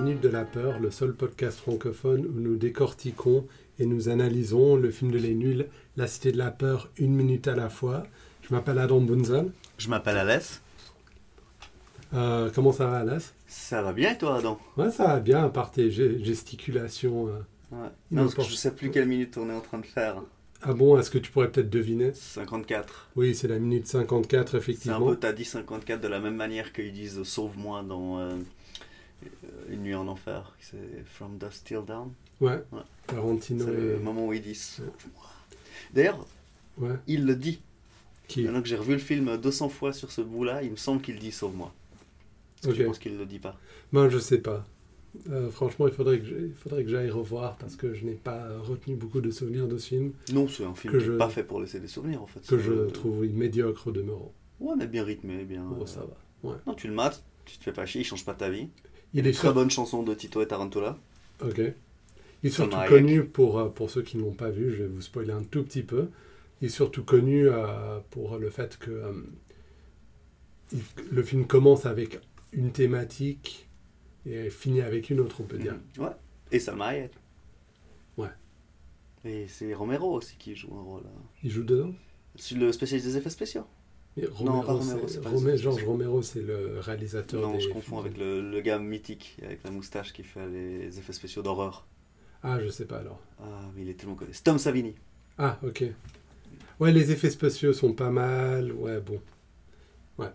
Vapeur, le seul podcast francophone où nous décortiquons et nous analysons le film de Les Nuls, La Cité de la Peur, une minute à la fois. Je m'appelle Adam Bunzel. Je m'appelle Alès. Euh, comment ça va, Alès Ça va bien, toi, Adam Ouais, ça va bien, à part tes ge- gesticulations. euh. Ouais. Il nous Non, parce que porte. je sais plus quelle minute on est en train de faire. Ah bon, est-ce que tu pourrais peut-être deviner 54. Oui, c'est la minute 54, C'est un effectivement. peu, t'as dit 54 de la même manière qu'ils disent euh, Sauve-moi dans euh, Une nuit en enfer. C'est From Dust Till Down. Ouais, Ouais. Tarantino c'est et... le moment où ils disent Sauve-moi. D'ailleurs, Ouais, il le dit. qui Maintenant que j'ai revu le film 200 fois sur ce bout-là, il me semble qu'il dit Sauve-moi. Parce que Ok. Je pense qu'il le dit pas. Ben, je sais pas. Euh, franchement, il faudrait que j'ai- il faudrait que j'aille revoir parce que je n'ai pas retenu beaucoup de souvenirs de ce film Non, c'est un film Que qui est je- pas fait pour laisser des souvenirs en fait. que C'est- je trouve oui, médiocre au demeurant. Ouais, mais bien rythmé, bien. Bon, euh, ça va. Non, tu le mates, tu te fais pas chier, il change pas ta vie. Il est Très sur- bonne chanson de Tito et Tarantula. Ok. Il est surtout Salma Hayek. connu pour, euh, pour ceux qui ne l'ont pas vu, je vais vous spoiler un tout petit peu. Il est surtout connu euh, pour le fait que euh, il- le film commence avec une thématique et finit avec une autre, on peut dire. Mhm. Ouais. Et Salma Hayek. Ouais. Et c'est Romero aussi qui joue un rôle. hein. Il joue dedans C'est le spécialiste des effets spéciaux. Et pas Romero, Romero, c'est- c'est pas- Romé- c'est- Georges Romero, c'est le réalisateur Non, des je films confonds de- avec le, le gars mythique, avec la moustache qui fait les effets spéciaux d'horreur. Ah, je sais pas alors. Ah, mais il est tellement connu. C'est Tom Savini. Ah, ok. Ouais, les effets spéciaux sont pas mal. Ouais, bon. Ouais.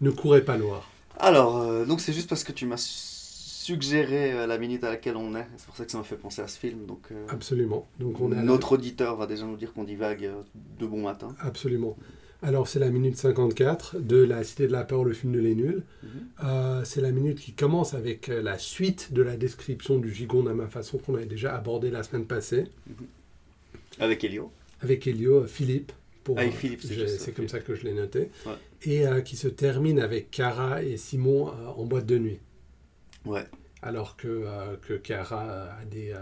Ne courez pas noir. Alors, euh, donc c'est juste parce que tu m'as su- suggéré euh, la minute à laquelle on est. C'est pour ça que ça m'a fait penser à ce film. Donc, euh, Absolument. Ah, Donc on est à la- notre auditeur va déjà nous dire qu'on divague euh, de bon matin. Absolument. Alors c'est la minute 54 de La Cité de la Peur, le film de les nuls. Mhm. Euh, c'est la minute qui commence avec euh, la suite de la description du gigon à ma façon qu'on avait déjà abordé la semaine passée Avec Elio. avec Elio euh, Philippe. Pour, Avec euh, Ah, Philippe, c'est j'ai- juste ça, c'est comme ça Philippe. que je l'ai noté. Ouais. Et euh, qui se termine avec Cara et Simon euh, en boîte de nuit. Ouais. alors que, euh, que Cara a des, euh,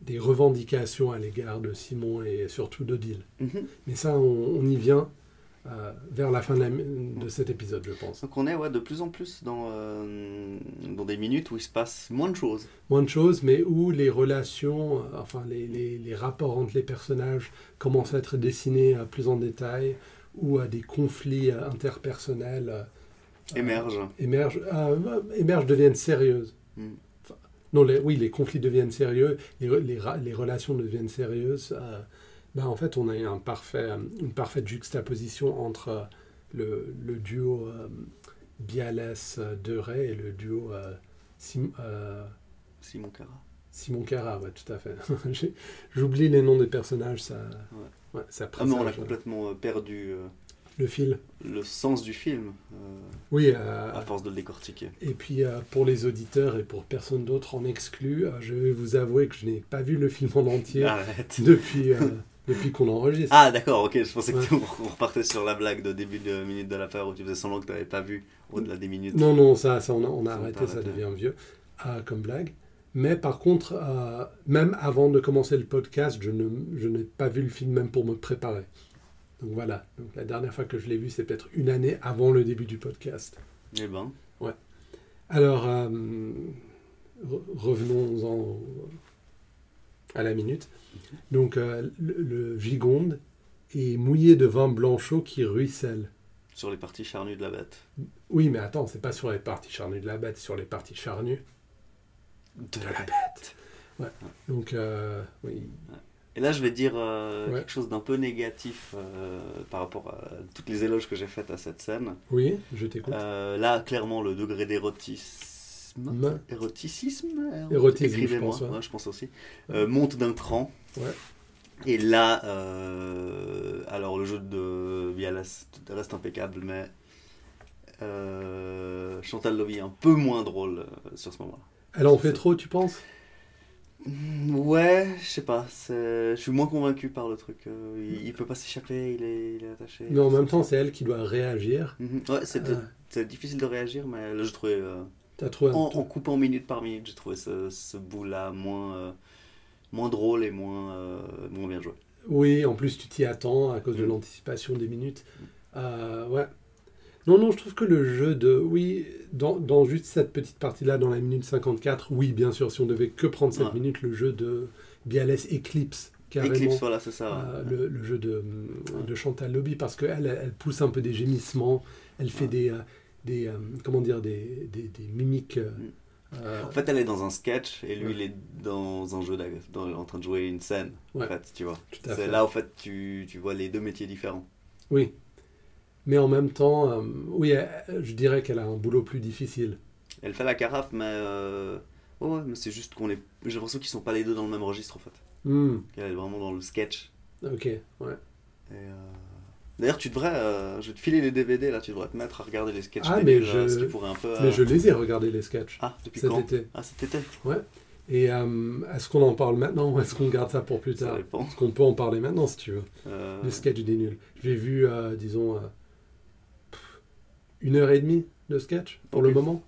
des revendications à l'égard de Simon et surtout d'Odile. Mhm. Mais ça, on, on y vient euh, vers la fin de, la- de cet épisode, je pense. Donc on est ouais, de plus en plus dans, euh, dans des minutes où il se passe moins de choses. Moins de choses, mais où les relations, euh, enfin les, les- les rapports entre les personnages commencent à être dessinés euh, plus en détail, où euh, des conflits euh, interpersonnels euh, Émerge. émergent, euh, émergent, deviennent sérieuses. Mm. Enfin, non, les- oui, les conflits deviennent sérieux, les, re- les ra- les relations deviennent sérieuses. euh, ben, en fait, on a un parfait, euh, une parfaite juxtaposition entre euh, le, le duo euh, Bialès-Deray et le duo euh, Sim- euh, Simon Cara. Simon Cara, ouais, tout à fait. J'ai- J'oublie les noms des personnages, ça, ouais, ça Ah mais on a présage, euh, complètement euh, perdu euh, le fil. le sens du film euh, Oui, euh, à force de le décortiquer. Et puis euh, pour les auditeurs et pour personne d'autre en exclu, euh, je vais vous avouer que je n'ai pas vu le film en entier Ah. Arrête. depuis, euh, depuis qu'on enregistre. Ah d'accord, ok, je pensais que Ouais. tu- on repartait sur la blague de début de minute de l'affaire où tu faisais semblant que tu n'avais pas vu au-delà des minutes. Non, non, ça, ça on a, on a Ah. Ça, on arrêté, peut ça arrêter. devient vieux ah, comme blague. Mais par contre, euh, même avant de commencer le podcast, je, ne, je n'ai pas vu le film même pour me préparer. Donc voilà, Donc, la dernière fois que je l'ai vu, c'est peut-être une année avant le début du podcast. Eh ben, Alors, euh, re- revenons-en au- à la minute. Donc, euh, le, le Gigonde est mouillé de vin blanc chaud qui ruisselle. sur les parties charnues de la bête. Oui, mais attends, c'est pas sur les parties charnues de la bête, c'est sur les parties charnues. De la bête. Donc, euh, oui, Et là je vais dire euh, Ouais. quelque chose d'un peu négatif euh, par rapport à toutes les éloges que j'ai faites à cette scène. oui, je t'écoute. Euh, là, clairement, le degré d'érotisme. Ma- Éroticisme euh, Érotisme, je écrivez-moi, pense, ouais. je pense aussi. Euh, monte d'un cran. Ouais. Et là, euh, alors le jeu de Vialas reste impeccable, mais euh, Chantal Lobby est un peu moins drôle euh, sur ce moment-là. Elle en fait trop, tu penses Mm, Ouais, je sais pas, c'est- je suis moins convaincu par le truc. euh, il, il peut pas s'échapper, il est, il est attaché. Mais en même temps, c'est elle qui doit réagir. Mhm. Ouais, c'est Euh, c'est difficile de réagir, mais là, je trouvais. euh, T'as trouvé un en, tout- en coupant minute par minute, j'ai trouvé ce, ce bout-là moins, euh, moins drôle et moins, euh, moins bien joué. Oui, en plus tu t'y attends à cause de Mm. l'anticipation des minutes. Euh, ouais. Non, non, je trouve que le jeu de. Oui, dans, dans juste cette petite partie-là, dans la minute 54, oui, bien sûr, si on devait que prendre cette Ouais. minute, le jeu de Bialès Eclipse, carrément. Eclipse, voilà, c'est ça. euh, ouais. le, le jeu de, de Chantal Lobby, parce qu'elle elle pousse un peu des gémissements, elle fait Ouais. des. euh, des euh, comment dire Des, des, des mimiques. euh, Mm. euh, En fait, elle est dans un sketch et lui, Ouais. il est dans un jeu, d'acteur, dans- en train de jouer une scène. Ouais. En fait, tu vois. tout à C'est fait. là, en fait, tu, tu vois les deux métiers différents. Oui. Mais en même temps, euh, oui, elle- je dirais qu'elle a un boulot plus difficile. Elle fait la carafe, mais. euh, ouais, ouais, mais c'est juste qu'on les. J'ai l'impression qu'ils sont pas les deux dans le même registre, en fait. Hmm, Elle est vraiment dans le sketch. ok, ouais. Et, euh, D'ailleurs, tu devrais. euh, je vais te filer les DVD, là, tu devrais te mettre à regarder les sketchs. Ah, débiles, mais je- euh, ce qui pourrait un peu. euh, Mais je les ai regardés, les sketchs, Ah, depuis cet quand été. Ah, cet été Et euh, est-ce qu'on en parle maintenant ou est-ce qu'on garde ça pour plus Ça tard dépend. Est-ce qu'on peut en parler maintenant si tu veux Euh, Le sketch des nuls. J'ai vu, euh, disons, euh, pff, une heure et demie de sketch pour le Ok. moment.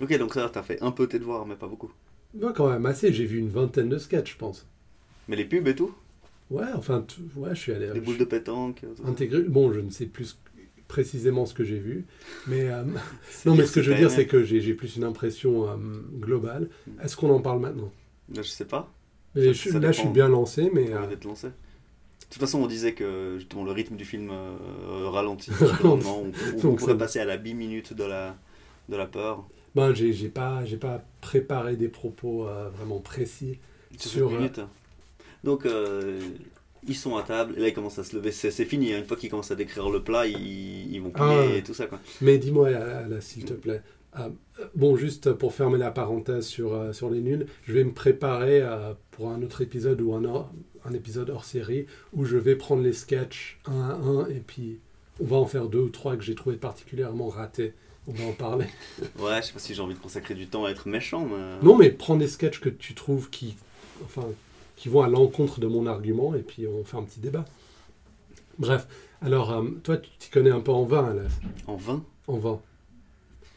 Ok, donc ça, t'as fait un peu tes devoirs, mais pas beaucoup. Ouais, quand même assez. J'ai vu une vingtaine de sketchs, je pense. Mais les pubs et tout Ouais, enfin, t- ouais, Ah, je suis allé. Les boules de pétanque. euh, tout ça. intégré. Bon, je ne sais plus précisément ce que j'ai vu, mais euh, non, mais ce que je veux dire, c'est que j'ai j'ai plus une impression euh, globale. Est-ce qu'on en parle maintenant Là, je sais pas. Mais Ça- je- ça Là, je dépend. suis bien lancé, mais On euh, avait te lancer. De toute façon, on disait que justement, le rythme du film euh, ralentit. finalement. on, on- on Donc, pourrait ça- passer à la bi-minute de la, de la peur. ben, j'ai j'ai pas, j'ai pas préparé des propos euh, vraiment précis. C'est Sur, euh, cette minute. Donc, euh, ils sont à table, et là, ils commencent à se lever. C'est c'est fini, hein. une fois qu'ils commencent à décrire le plat, ils, ils vont plier Ah. et tout ça. Quoi. Mais dis-moi, euh, là, s'il te plaît. euh, euh, bon, juste pour fermer la parenthèse sur, euh, sur les nuls, je vais me préparer euh, pour un autre épisode ou un, hors- un épisode hors série où je vais prendre les sketchs un à un et puis on va en faire deux ou trois que j'ai trouvé particulièrement ratés. On va en parler. Ouais, je sais pas si j'ai envie de consacrer du temps à être méchant, mais. Non, mais prends des sketchs que tu trouves qui, enfin, qui vont à l'encontre de mon argument et puis on fait un petit débat. Bref, alors euh, toi, tu t'y connais un peu en vin, là, En vain en vin.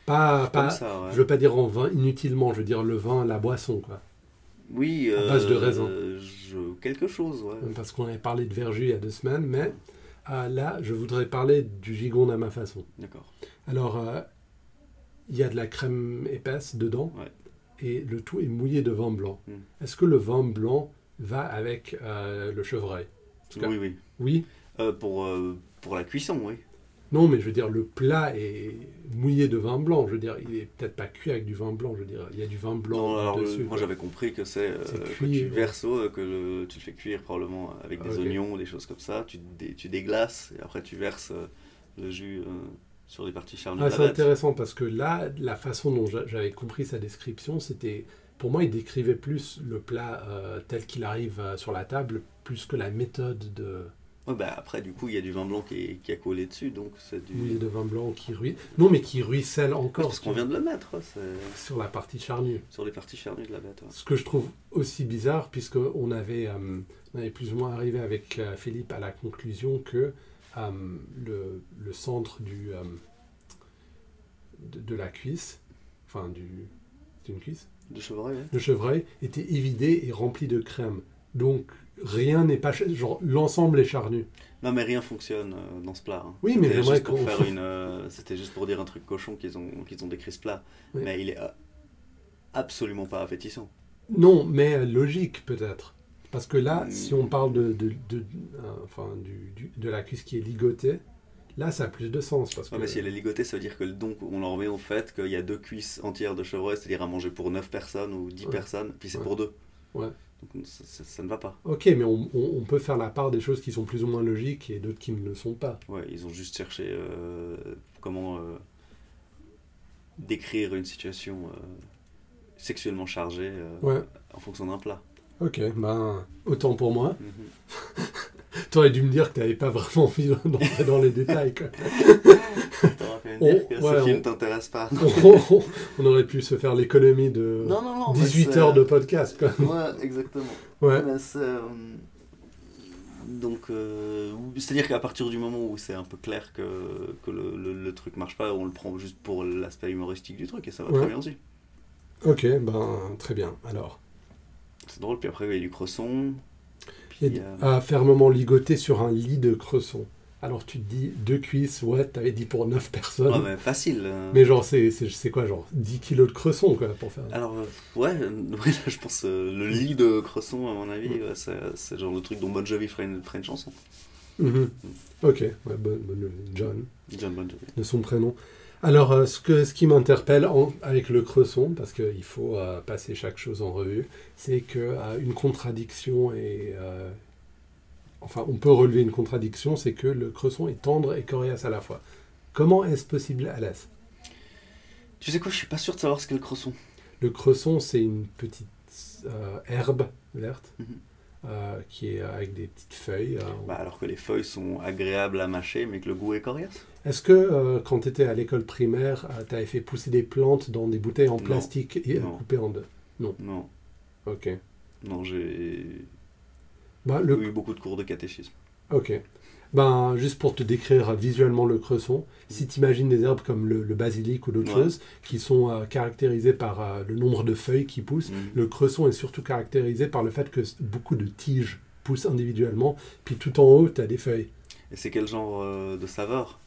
Pas, Comme pas, ça, ouais. Je veux pas dire en vin inutilement, je veux dire le vin, la boisson, quoi. Oui. À base de raisin. euh, je- Quelque chose, ouais. Parce qu'on avait parlé de verjus il y a deux semaines, mais euh, là, je voudrais parler du gigonde à ma façon. D'accord. Alors, euh, il y a de la crème épaisse dedans, Ouais. et le tout est mouillé de vin blanc. Hmm. Est-ce que le vin blanc va avec euh, le chevreuil tout cas- Oui, oui. Oui Euh, pour, euh, pour la cuisson, oui. Non, mais je veux dire, le plat est mouillé de vin blanc. Je veux dire, il est peut-être pas cuit avec du vin blanc, je veux dire, il y a du vin blanc Non, alors, le- dessus. moi j'avais compris que c'est euh, C'est que cuit, tu ouais. Ah, verses euh, que le- tu le fais cuire probablement avec des Ok. oignons ou des choses comme ça, tu, dé- tu déglaces et après tu verses euh, le jus euh, sur les parties charnues Ah, de c'est la bête. intéressant parce que là, la façon dont j'a- j'avais compris sa description, c'était. Pour moi, il décrivait plus le plat euh, tel qu'il arrive euh, sur la table, plus que la méthode de Ouais, bah, après du coup il y a du vin blanc qui, est- qui a collé dessus donc c'est du... mouillé de vin blanc qui ruisselle. Non, mais qui ruisselle Ouais, encore parce qu'on vient de le mettre, ouais, c'est sur la partie charnue. sur les parties charnues de la bête. ouais. Ce que je trouve aussi bizarre, puisqu'on avait, euh, on avait plus ou moins arrivé avec euh, Philippe à la conclusion que euh, le, le centre du, euh, de, de la cuisse, enfin, du. C'est une cuisse De chevreuil, ouais. le chevreuil était évidé et rempli de crème. Donc rien n'est pas ch- genre l'ensemble est charnu. Non mais rien fonctionne euh, dans ce plat. hein. Oui, mais C'était j'aimerais juste pour qu'on- faire une, euh, C'était juste pour dire un truc cochon qu'ils ont, qu'ils ont décrit ce plat. Oui. Mais il est euh, absolument pas appétissant. Non, mais euh, logique peut-être. Parce que là, Mm. si on parle de, de, de- euh, enfin, du, du- de la cuisse qui est ligotée, là ça a plus de sens. Parce Ouais, que, Ah, mais si elle est ligotée, ça veut dire que le- donc on en revient au fait qu'il y a deux cuisses entières de chevreuil, c'est-à-dire à manger pour 9 personnes ou 10 Ouais. personnes, puis c'est Ouais. pour deux. Ouais. Donc ça, ça- ça ne va pas. Ok, mais on, on- on peut faire la part des choses qui sont plus ou moins logiques et d'autres qui ne le sont pas. Ouais, ils ont juste cherché euh, comment euh, décrire une situation euh, sexuellement chargée euh, Ouais, en fonction d'un plat. ok, ben autant pour moi. Mhm. T'aurais dû me dire que t'avais pas vraiment envie d'entrer dans les détails. quoi. T'aurais pu me On- dire que Oh, ouais, ce on- film t'intéresse pas. on, on aurait pu se faire l'économie de Non, non, non. mais 18 c'est- heures de podcast. Quoi. Ouais, exactement. Ouais. Mais c'est, euh, donc, euh, c'est-à-dire qu'à partir du moment où c'est un peu clair que, que le, le- le truc marche pas, on le prend juste pour l'aspect humoristique du truc et ça va Ouais. très bien aussi. Ok, ben très bien. Alors, C'est drôle. Puis après, il y a du cresson. Puis, il y a euh, ah, fermement ligoté sur un lit de cresson. Alors tu te dis, deux cuisses, ouais, t'avais dit pour 9 personnes. Ouais, mais facile. euh. Mais genre, c'est, c'est, c'est quoi, genre 10 kilos de cresson, quoi, pour faire. Alors, euh, ouais, euh, ouais, là, je pense euh, le lit de Cresson, à mon avis, Mm. ouais, c'est c'est le genre le truc dont Bon Jovi ferait une, ferait une chanson. Mhm. Ok, ouais, bonne, bonne- John, John Bon Jovi. de son prénom. Alors, euh, ce, que, ce qui m'interpelle en- avec le cresson, parce qu'il faut euh, passer chaque chose en revue, c'est que euh, une contradiction est. euh, enfin, on peut relever une contradiction, c'est que le cresson est tendre et coriace à la fois. Comment est-ce possible, Alès Tu sais quoi, je suis pas sûr de savoir ce qu'est le Cresson. Le cresson, c'est une petite euh, herbe verte Mhm. euh, qui est avec des petites feuilles. euh. Bah, alors que les feuilles sont agréables à mâcher, mais que le goût est coriace. Est-ce que euh, quand tu étais à l'école primaire, euh, tu avais fait pousser des plantes dans des bouteilles en Non. plastique et euh, Non. coupées en deux Non, Ok. non, j'ai Bah, le, eu beaucoup de cours de catéchisme. Ok. Ben, juste pour te décrire visuellement le cresson, si tu imagines des herbes comme le, le basilic ou d'autres Mhm. Ouais. choses, qui sont euh, caractérisées par euh, le nombre de feuilles qui poussent, Mhm. le cresson est surtout caractérisé par le fait que s- beaucoup de tiges poussent individuellement, puis tout en haut, tu as des feuilles. Et c'est quel genre euh, de saveur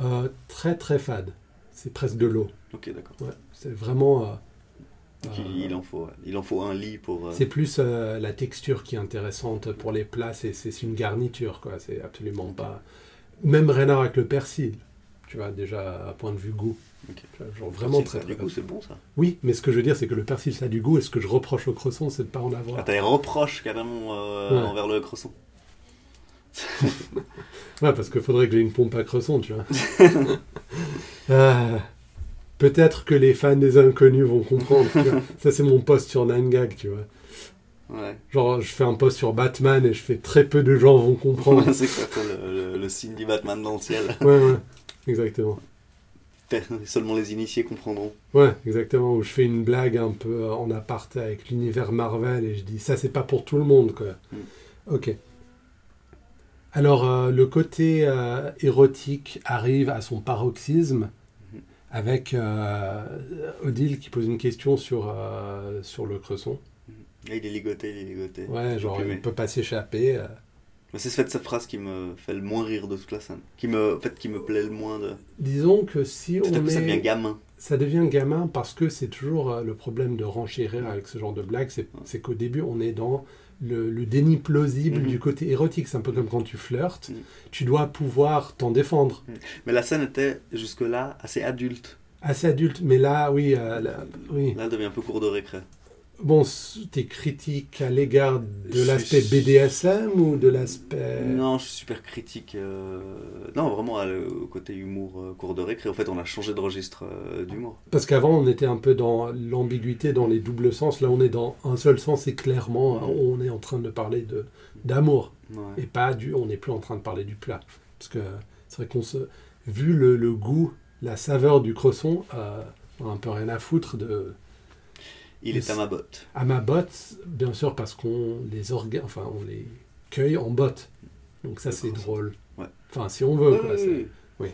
Euh, très très fade. C'est presque de l'eau. Ok, d'accord. Ouais. C'est vraiment. euh, Donc, euh, il, il en faut, ouais. il en faut un lit pour. euh, c'est plus euh, la texture qui est intéressante pour les plats. C'est, c'est- c'est une garniture, quoi. C'est absolument pas. Même rien à voir avec le persil. Tu vois, déjà, à point de vue goût. Ok. Tu vois, Genre vraiment si, ça, très très Du coup, fade. c'est bon ça. Oui, mais ce que je veux dire, c'est que le persil, ça a du goût. Et ce que je reproche au cresson, c'est de pas en Ah, avoir. t'as des reproches carrément euh, Ouais. envers le Cresson. Ouais, parce qu'il faudrait que j'ai une pompe à cresson, tu vois. Ah, peut-être que les fans des inconnus vont comprendre. tu vois. Ça, c'est mon post sur 9gag, tu vois. Ouais. Genre, je fais un post sur Batman et je fais très peu de gens vont comprendre. c'est quoi toi, le, le- le signe du Batman dans le ciel ouais, ouais, exactement. Seulement les initiés comprendront. Ouais, exactement. Où je fais une blague un peu euh, en aparté avec l'univers Marvel et je dis ça, c'est pas pour tout le monde, quoi. Mm. Ok. Alors, euh, le côté euh, érotique arrive à son paroxysme Mhm. avec euh, Odile qui pose une question sur, euh, sur le cresson. Et Mmh. Ah, il est ligoté, il est ligoté. Ouais, genre, Plumé. il peut pas s'échapper. euh. Mais c'est cette cette phrase qui me fait le moins rire de toute la scène. Qui me, en fait, qui me plaît le moins de. Disons que si Tout à on coup, est... ça devient gamin. Ça devient gamin parce que c'est toujours euh, le problème de renchérir avec ce genre de blague, c'est c'est qu'au début on est dans le, le déni plausible Mhm. du côté érotique. C'est un peu comme quand tu flirtes, Mhm. tu dois pouvoir t'en défendre. Mais la scène était jusque-là assez adulte. Assez adulte, mais là, oui, euh, là, oui. Là, elle devient un peu cours de récré. Bon, c- tes critiques à l'égard de Je- l'aspect BDSM ou de l'aspect. Non, je suis super critique. euh, Non, vraiment, euh, au côté humour, euh, cours de récré. En fait, on a changé de registre euh, d'humour. Parce qu'avant on était un peu dans l'ambiguïté, dans les doubles sens. Là, on est dans un seul sens et clairement, Mhm. euh, on est en train de parler de- d'amour. Ouais. et pas du on n'est plus en train de parler du plat parce que c'est vrai qu'on se vu le, le goût la saveur du cresson euh, on a un peu rien à foutre de Il est à ma botte. à ma botte bien sûr parce qu'on les orga- enfin on les cueille en botte donc ça c'est D'accord. drôle Ouais. enfin si on veut quoi, Ouais, c'est- oui.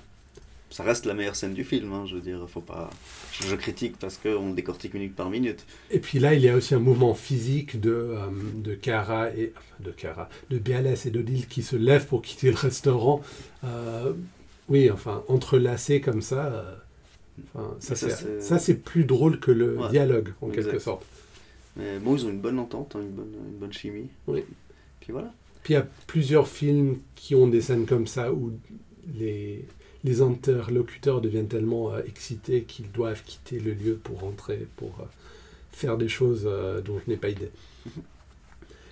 Ça reste la meilleure scène du film, hein, je veux dire, faut pas... Je, je critique parce qu'on décortique minute par minute. et puis là il y a aussi un mouvement physique de euh, de Cara et de Cara de Bialès et d'Odile qui se lèvent pour quitter le restaurant Euh, oui enfin entrelacés comme ça euh, enfin, ça, Ça, c'est- c'est- ça c'est plus drôle que le Ouais. dialogue en Exact. quelque sorte Mais bon, ils ont une bonne entente, hein, une, bonne, une bonne chimie. Oui. Puis voilà. Puis il y a plusieurs films qui ont des scènes comme ça où les, les interlocuteurs deviennent tellement euh, excités qu'ils doivent quitter le lieu pour rentrer, pour euh, faire des choses euh, dont je n'ai pas idée.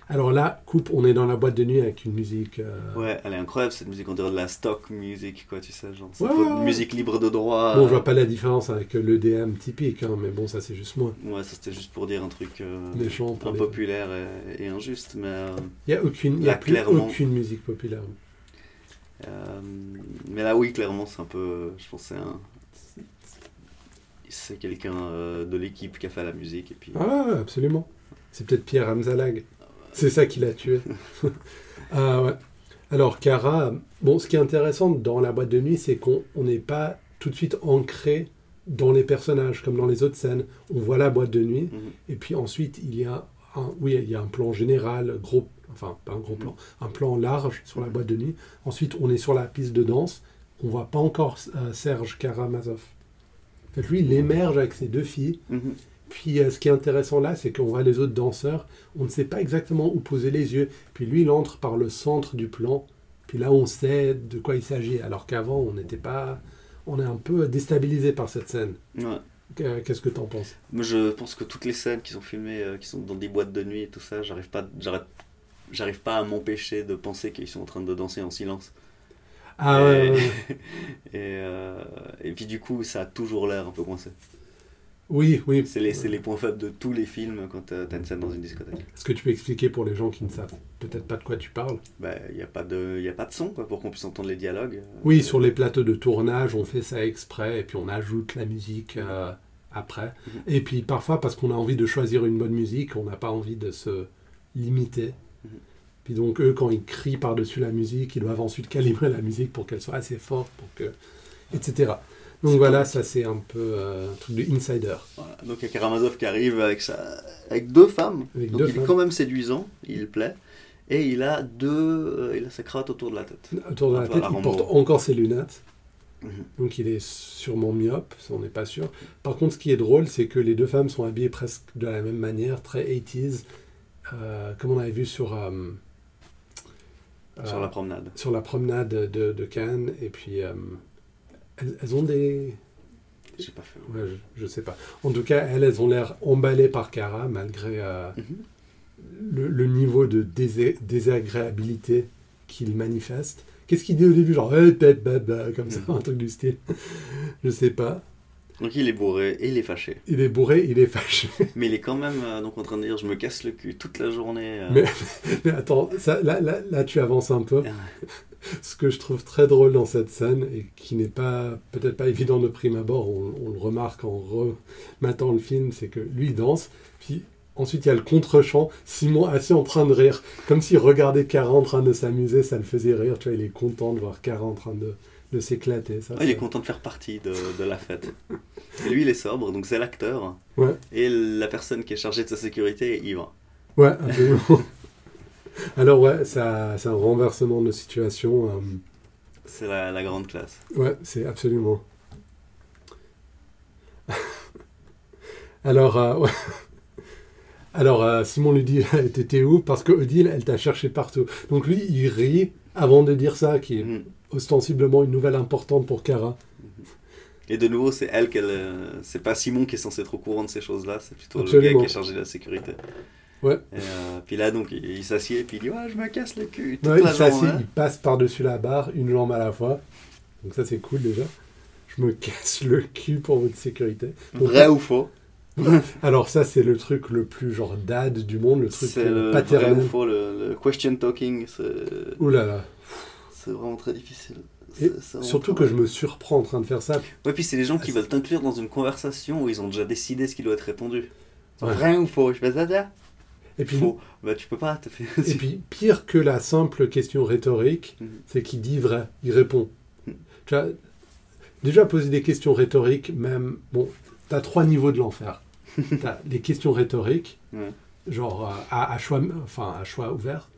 Alors là, coupe, on est dans la boîte de nuit avec une musique. euh, Ouais, elle est incroyable cette musique, on dirait de la stock music, quoi, tu sais, genre, c'est Ouais, pas ouais, ouais. une musique libre de droit. Bon, je vois pas la différence avec l'EDM typique, hein, mais bon, ça c'est juste moi. Ouais, ça c'était juste pour dire un truc euh, Méchant pour les- impopulaire et, et injuste, mais... euh, Il n'y a, aucune, il y a Là, plus clairement. aucune musique populaire. euh, mais là, oui, clairement, c'est un peu... Je pense que c'est un... C'est quelqu'un euh, de l'équipe qui a fait la musique, et puis... Ah, ouais, absolument. C'est peut-être Pierre Hamzalag. C'est ça qui l'a tué. Ah, ouais. Alors, Cara, bon, ce qui est intéressant dans la boîte de nuit, c'est qu'on on n'est pas tout de suite ancré dans les personnages, comme dans les autres scènes. On voit la boîte de nuit, Mhm. et puis ensuite, il y a un, oui, il y a un plan général, gros, enfin pas un gros plan, un plan large sur la boîte de nuit. Ensuite, on est sur la piste de danse. On voit pas encore euh, Serge Karamazov. En fait, lui, il émerge avec ses deux filles. Mhm. Puis euh, ce qui est intéressant là, c'est qu'on voit les autres danseurs, on ne sait pas exactement où poser les yeux. Puis lui, il entre par le centre du plan. Puis là, on sait de quoi il s'agit. Alors qu'avant, on n'était pas. On est un peu déstabilisé par cette scène. Mhm. Ouais. Euh, Qu'est-ce que t'en penses Moi, je pense que toutes les scènes qui sont filmées, euh, qui sont dans des boîtes de nuit et tout ça, j'arrive pas, j'arrête- j'arrive pas à m'empêcher de penser qu'ils sont en train de danser en silence. Ah, et, ouais, ouais, ouais. et, euh, et puis du coup, ça a toujours l'air un peu coincé. oui, oui. C'est les, c'est les points faibles de tous les films quand euh, t'as t'as une scène dans une discothèque. Est-ce que tu peux expliquer pour les gens qui ne savent peut-être pas de quoi tu parles Bah, y a pas de, y a pas de son quoi, pour qu'on puisse entendre les dialogues. Euh, Oui, sur les plateaux de tournage, on fait ça exprès et puis on ajoute la musique euh, après. Mhm. Et puis parfois, parce qu'on a envie de choisir une bonne musique, on n'a pas envie de se limiter. Mhm. Puis donc, eux, quand ils crient par-dessus la musique, ils doivent ensuite calibrer la musique pour qu'elle soit assez forte, pour que. etc. Donc voilà, ça c'est un peu euh, un truc de insider. Voilà. Donc il y a Karamazov qui arrive avec, sa... avec deux femmes. Avec Donc deux il femmes. est quand même séduisant, il plaît. Et il a deux, euh, il a sa cravate autour de la tête. Autour de la Enfin, tête, la il Rambo. porte encore ses lunettes. Mhm. Donc il est sûrement myope, ça, on n'est pas sûr. Par contre, ce qui est drôle, c'est que les deux femmes sont habillées presque de la même manière, très 80s, euh, comme on avait vu sur, euh, euh, Sur la promenade. sur la promenade de, de Cannes. Et puis, euh, elles, elles ont des... J'ai pas fait. ouais, je, je sais pas. En tout cas, elles, elles ont l'air emballées par Cara, malgré euh, Mhm. le, le niveau de désé- désagréabilité qu'il manifeste. Qu'est-ce qu'il dit au début Genre, Eh, bah, bah, bah comme ça, un truc du style. Je sais pas. Donc il est bourré et il est fâché. Il est bourré, il est fâché. Mais il est quand même euh, donc en train de dire je me casse le cul toute la journée. euh. Mais- Mais attends, ça, là, là, là, tu avances un peu. Ah Ouais. Ce que je trouve très drôle dans cette scène et qui n'est pas peut-être pas évident de prime abord, on, on le remarque en remettant le film, c'est que lui il danse, puis ensuite il y a le contre-champ, Simon assis en train de rire, comme s'il regardait Cara en train de s'amuser, ça le faisait rire, tu vois, il est content de voir Cara en train de, de s'éclater. Ça, Ouais, Ah, il est ça- content de faire partie de, de la fête. Et lui il est sobre, donc c'est l'acteur. Ouais. Et la personne qui est chargée de sa sécurité, il va. Ouais, absolument. Alors ouais, ça, c'est un renversement de situation. euh, C'est la, la grande classe. Ouais, c'est absolument. Alors, euh, ouais. Alors euh, Simon lui dit T'étais où Parce que Odile, elle t'a cherché partout. Donc lui, il rit avant de dire ça, qui est Mhm. ostensiblement une nouvelle importante pour Cara. Et de nouveau, c'est elle qu'elle. euh, c'est pas Simon qui est censé être au courant de ces choses-là, c'est plutôt le Absolument. gars qui est chargé de la sécurité. Ouais. Et, euh, puis là, donc, il, il s'assied, puis il dit Ouais, je me casse le cul. Toute Ouais, il la s'assied, journée. il passe par-dessus la barre, une jambe à la fois. Donc ça, c'est cool déjà. Je me casse le cul pour votre sécurité. Donc, hein. Vrai ou faux alors ça, c'est le truc le plus genre dad du monde, le truc C'est euh, le vrai paternel. ou faux, le, le question talking, c'est Ouh là là. c'est vraiment très difficile. Et C'est- c'est vraiment Surtout très- que je me surprends en train de faire ça. Ouais, puis c'est les gens qui Ah, veulent t'inclure dans une conversation où ils ont déjà décidé ce qui doit être répondu. C'est Ouais. Vrai ou faux Je fais ça, ça Et puis, Faux. Bah, tu peux pas. t'as fait- et puis pire que la simple question rhétorique, Mhm. c'est qu'il dit vrai, il répond. Mhm. Tu as déjà posé des questions rhétoriques, même. Bon, tu as trois niveaux de l'enfer. tu as les questions rhétoriques, Ouais. genre euh, à, à choix, enfin, à choix ouvert.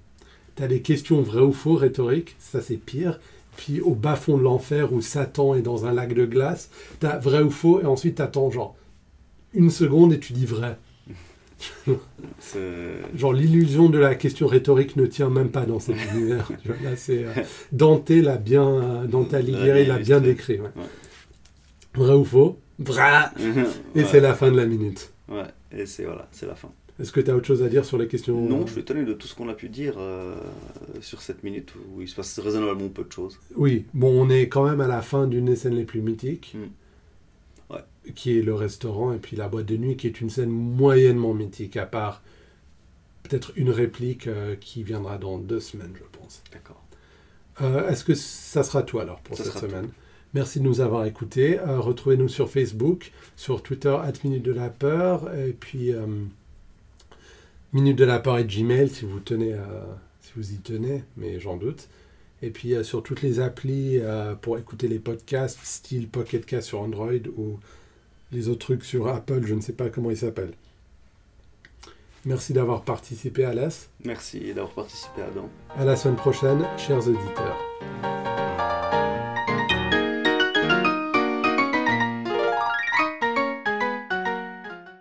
Tu as les questions vrai ou faux rhétoriques, ça c'est pire. Puis au bas fond de l'enfer où Satan est dans un lac de glace, tu as vrai ou faux, et ensuite tu attends genre une seconde et tu dis vrai. C'est- Genre l'illusion de la question rhétorique ne tient même pas dans cet univers. Tu vois, Là, c'est euh, Dante l'a bien, euh, Dante Alighieri Ouais, l'a juste, bien ouais. décrit. ouais. Ouais. Vrai ou faux Vrai. Et Ouais. c'est la fin de la minute. Ouais, et c'est voilà, c'est la fin. Est-ce que tu as autre chose à dire sur les questions Non, je suis étonné de tout ce qu'on a pu dire euh, sur cette minute où il se passe raisonnablement peu de choses. Oui. Bon, on est quand même à la fin d'une des scènes les plus mythiques, Mm. qui est le restaurant et puis la boîte de nuit, qui est une scène moyennement mythique, à part peut-être une réplique euh, qui viendra dans deux semaines, je pense. D'accord. Euh, Est-ce que ça sera tout alors pour Ça cette sera tout. semaine Merci de nous avoir écoutés. Euh, Retrouvez-nous sur Facebook, sur Twitter, at Minute de la Peur, et puis euh, Minute de la Peur et Gmail si vous, tenez, à- si vous y tenez, mais j'en doute. Et puis euh, sur toutes les applis euh, pour écouter les podcasts, style Pocket Cast sur Android ou les autres trucs sur Apple, je ne sais pas comment ils s'appellent. Merci d'avoir participé, Alas. Merci d'avoir participé, Adam. À la semaine prochaine, chers auditeurs.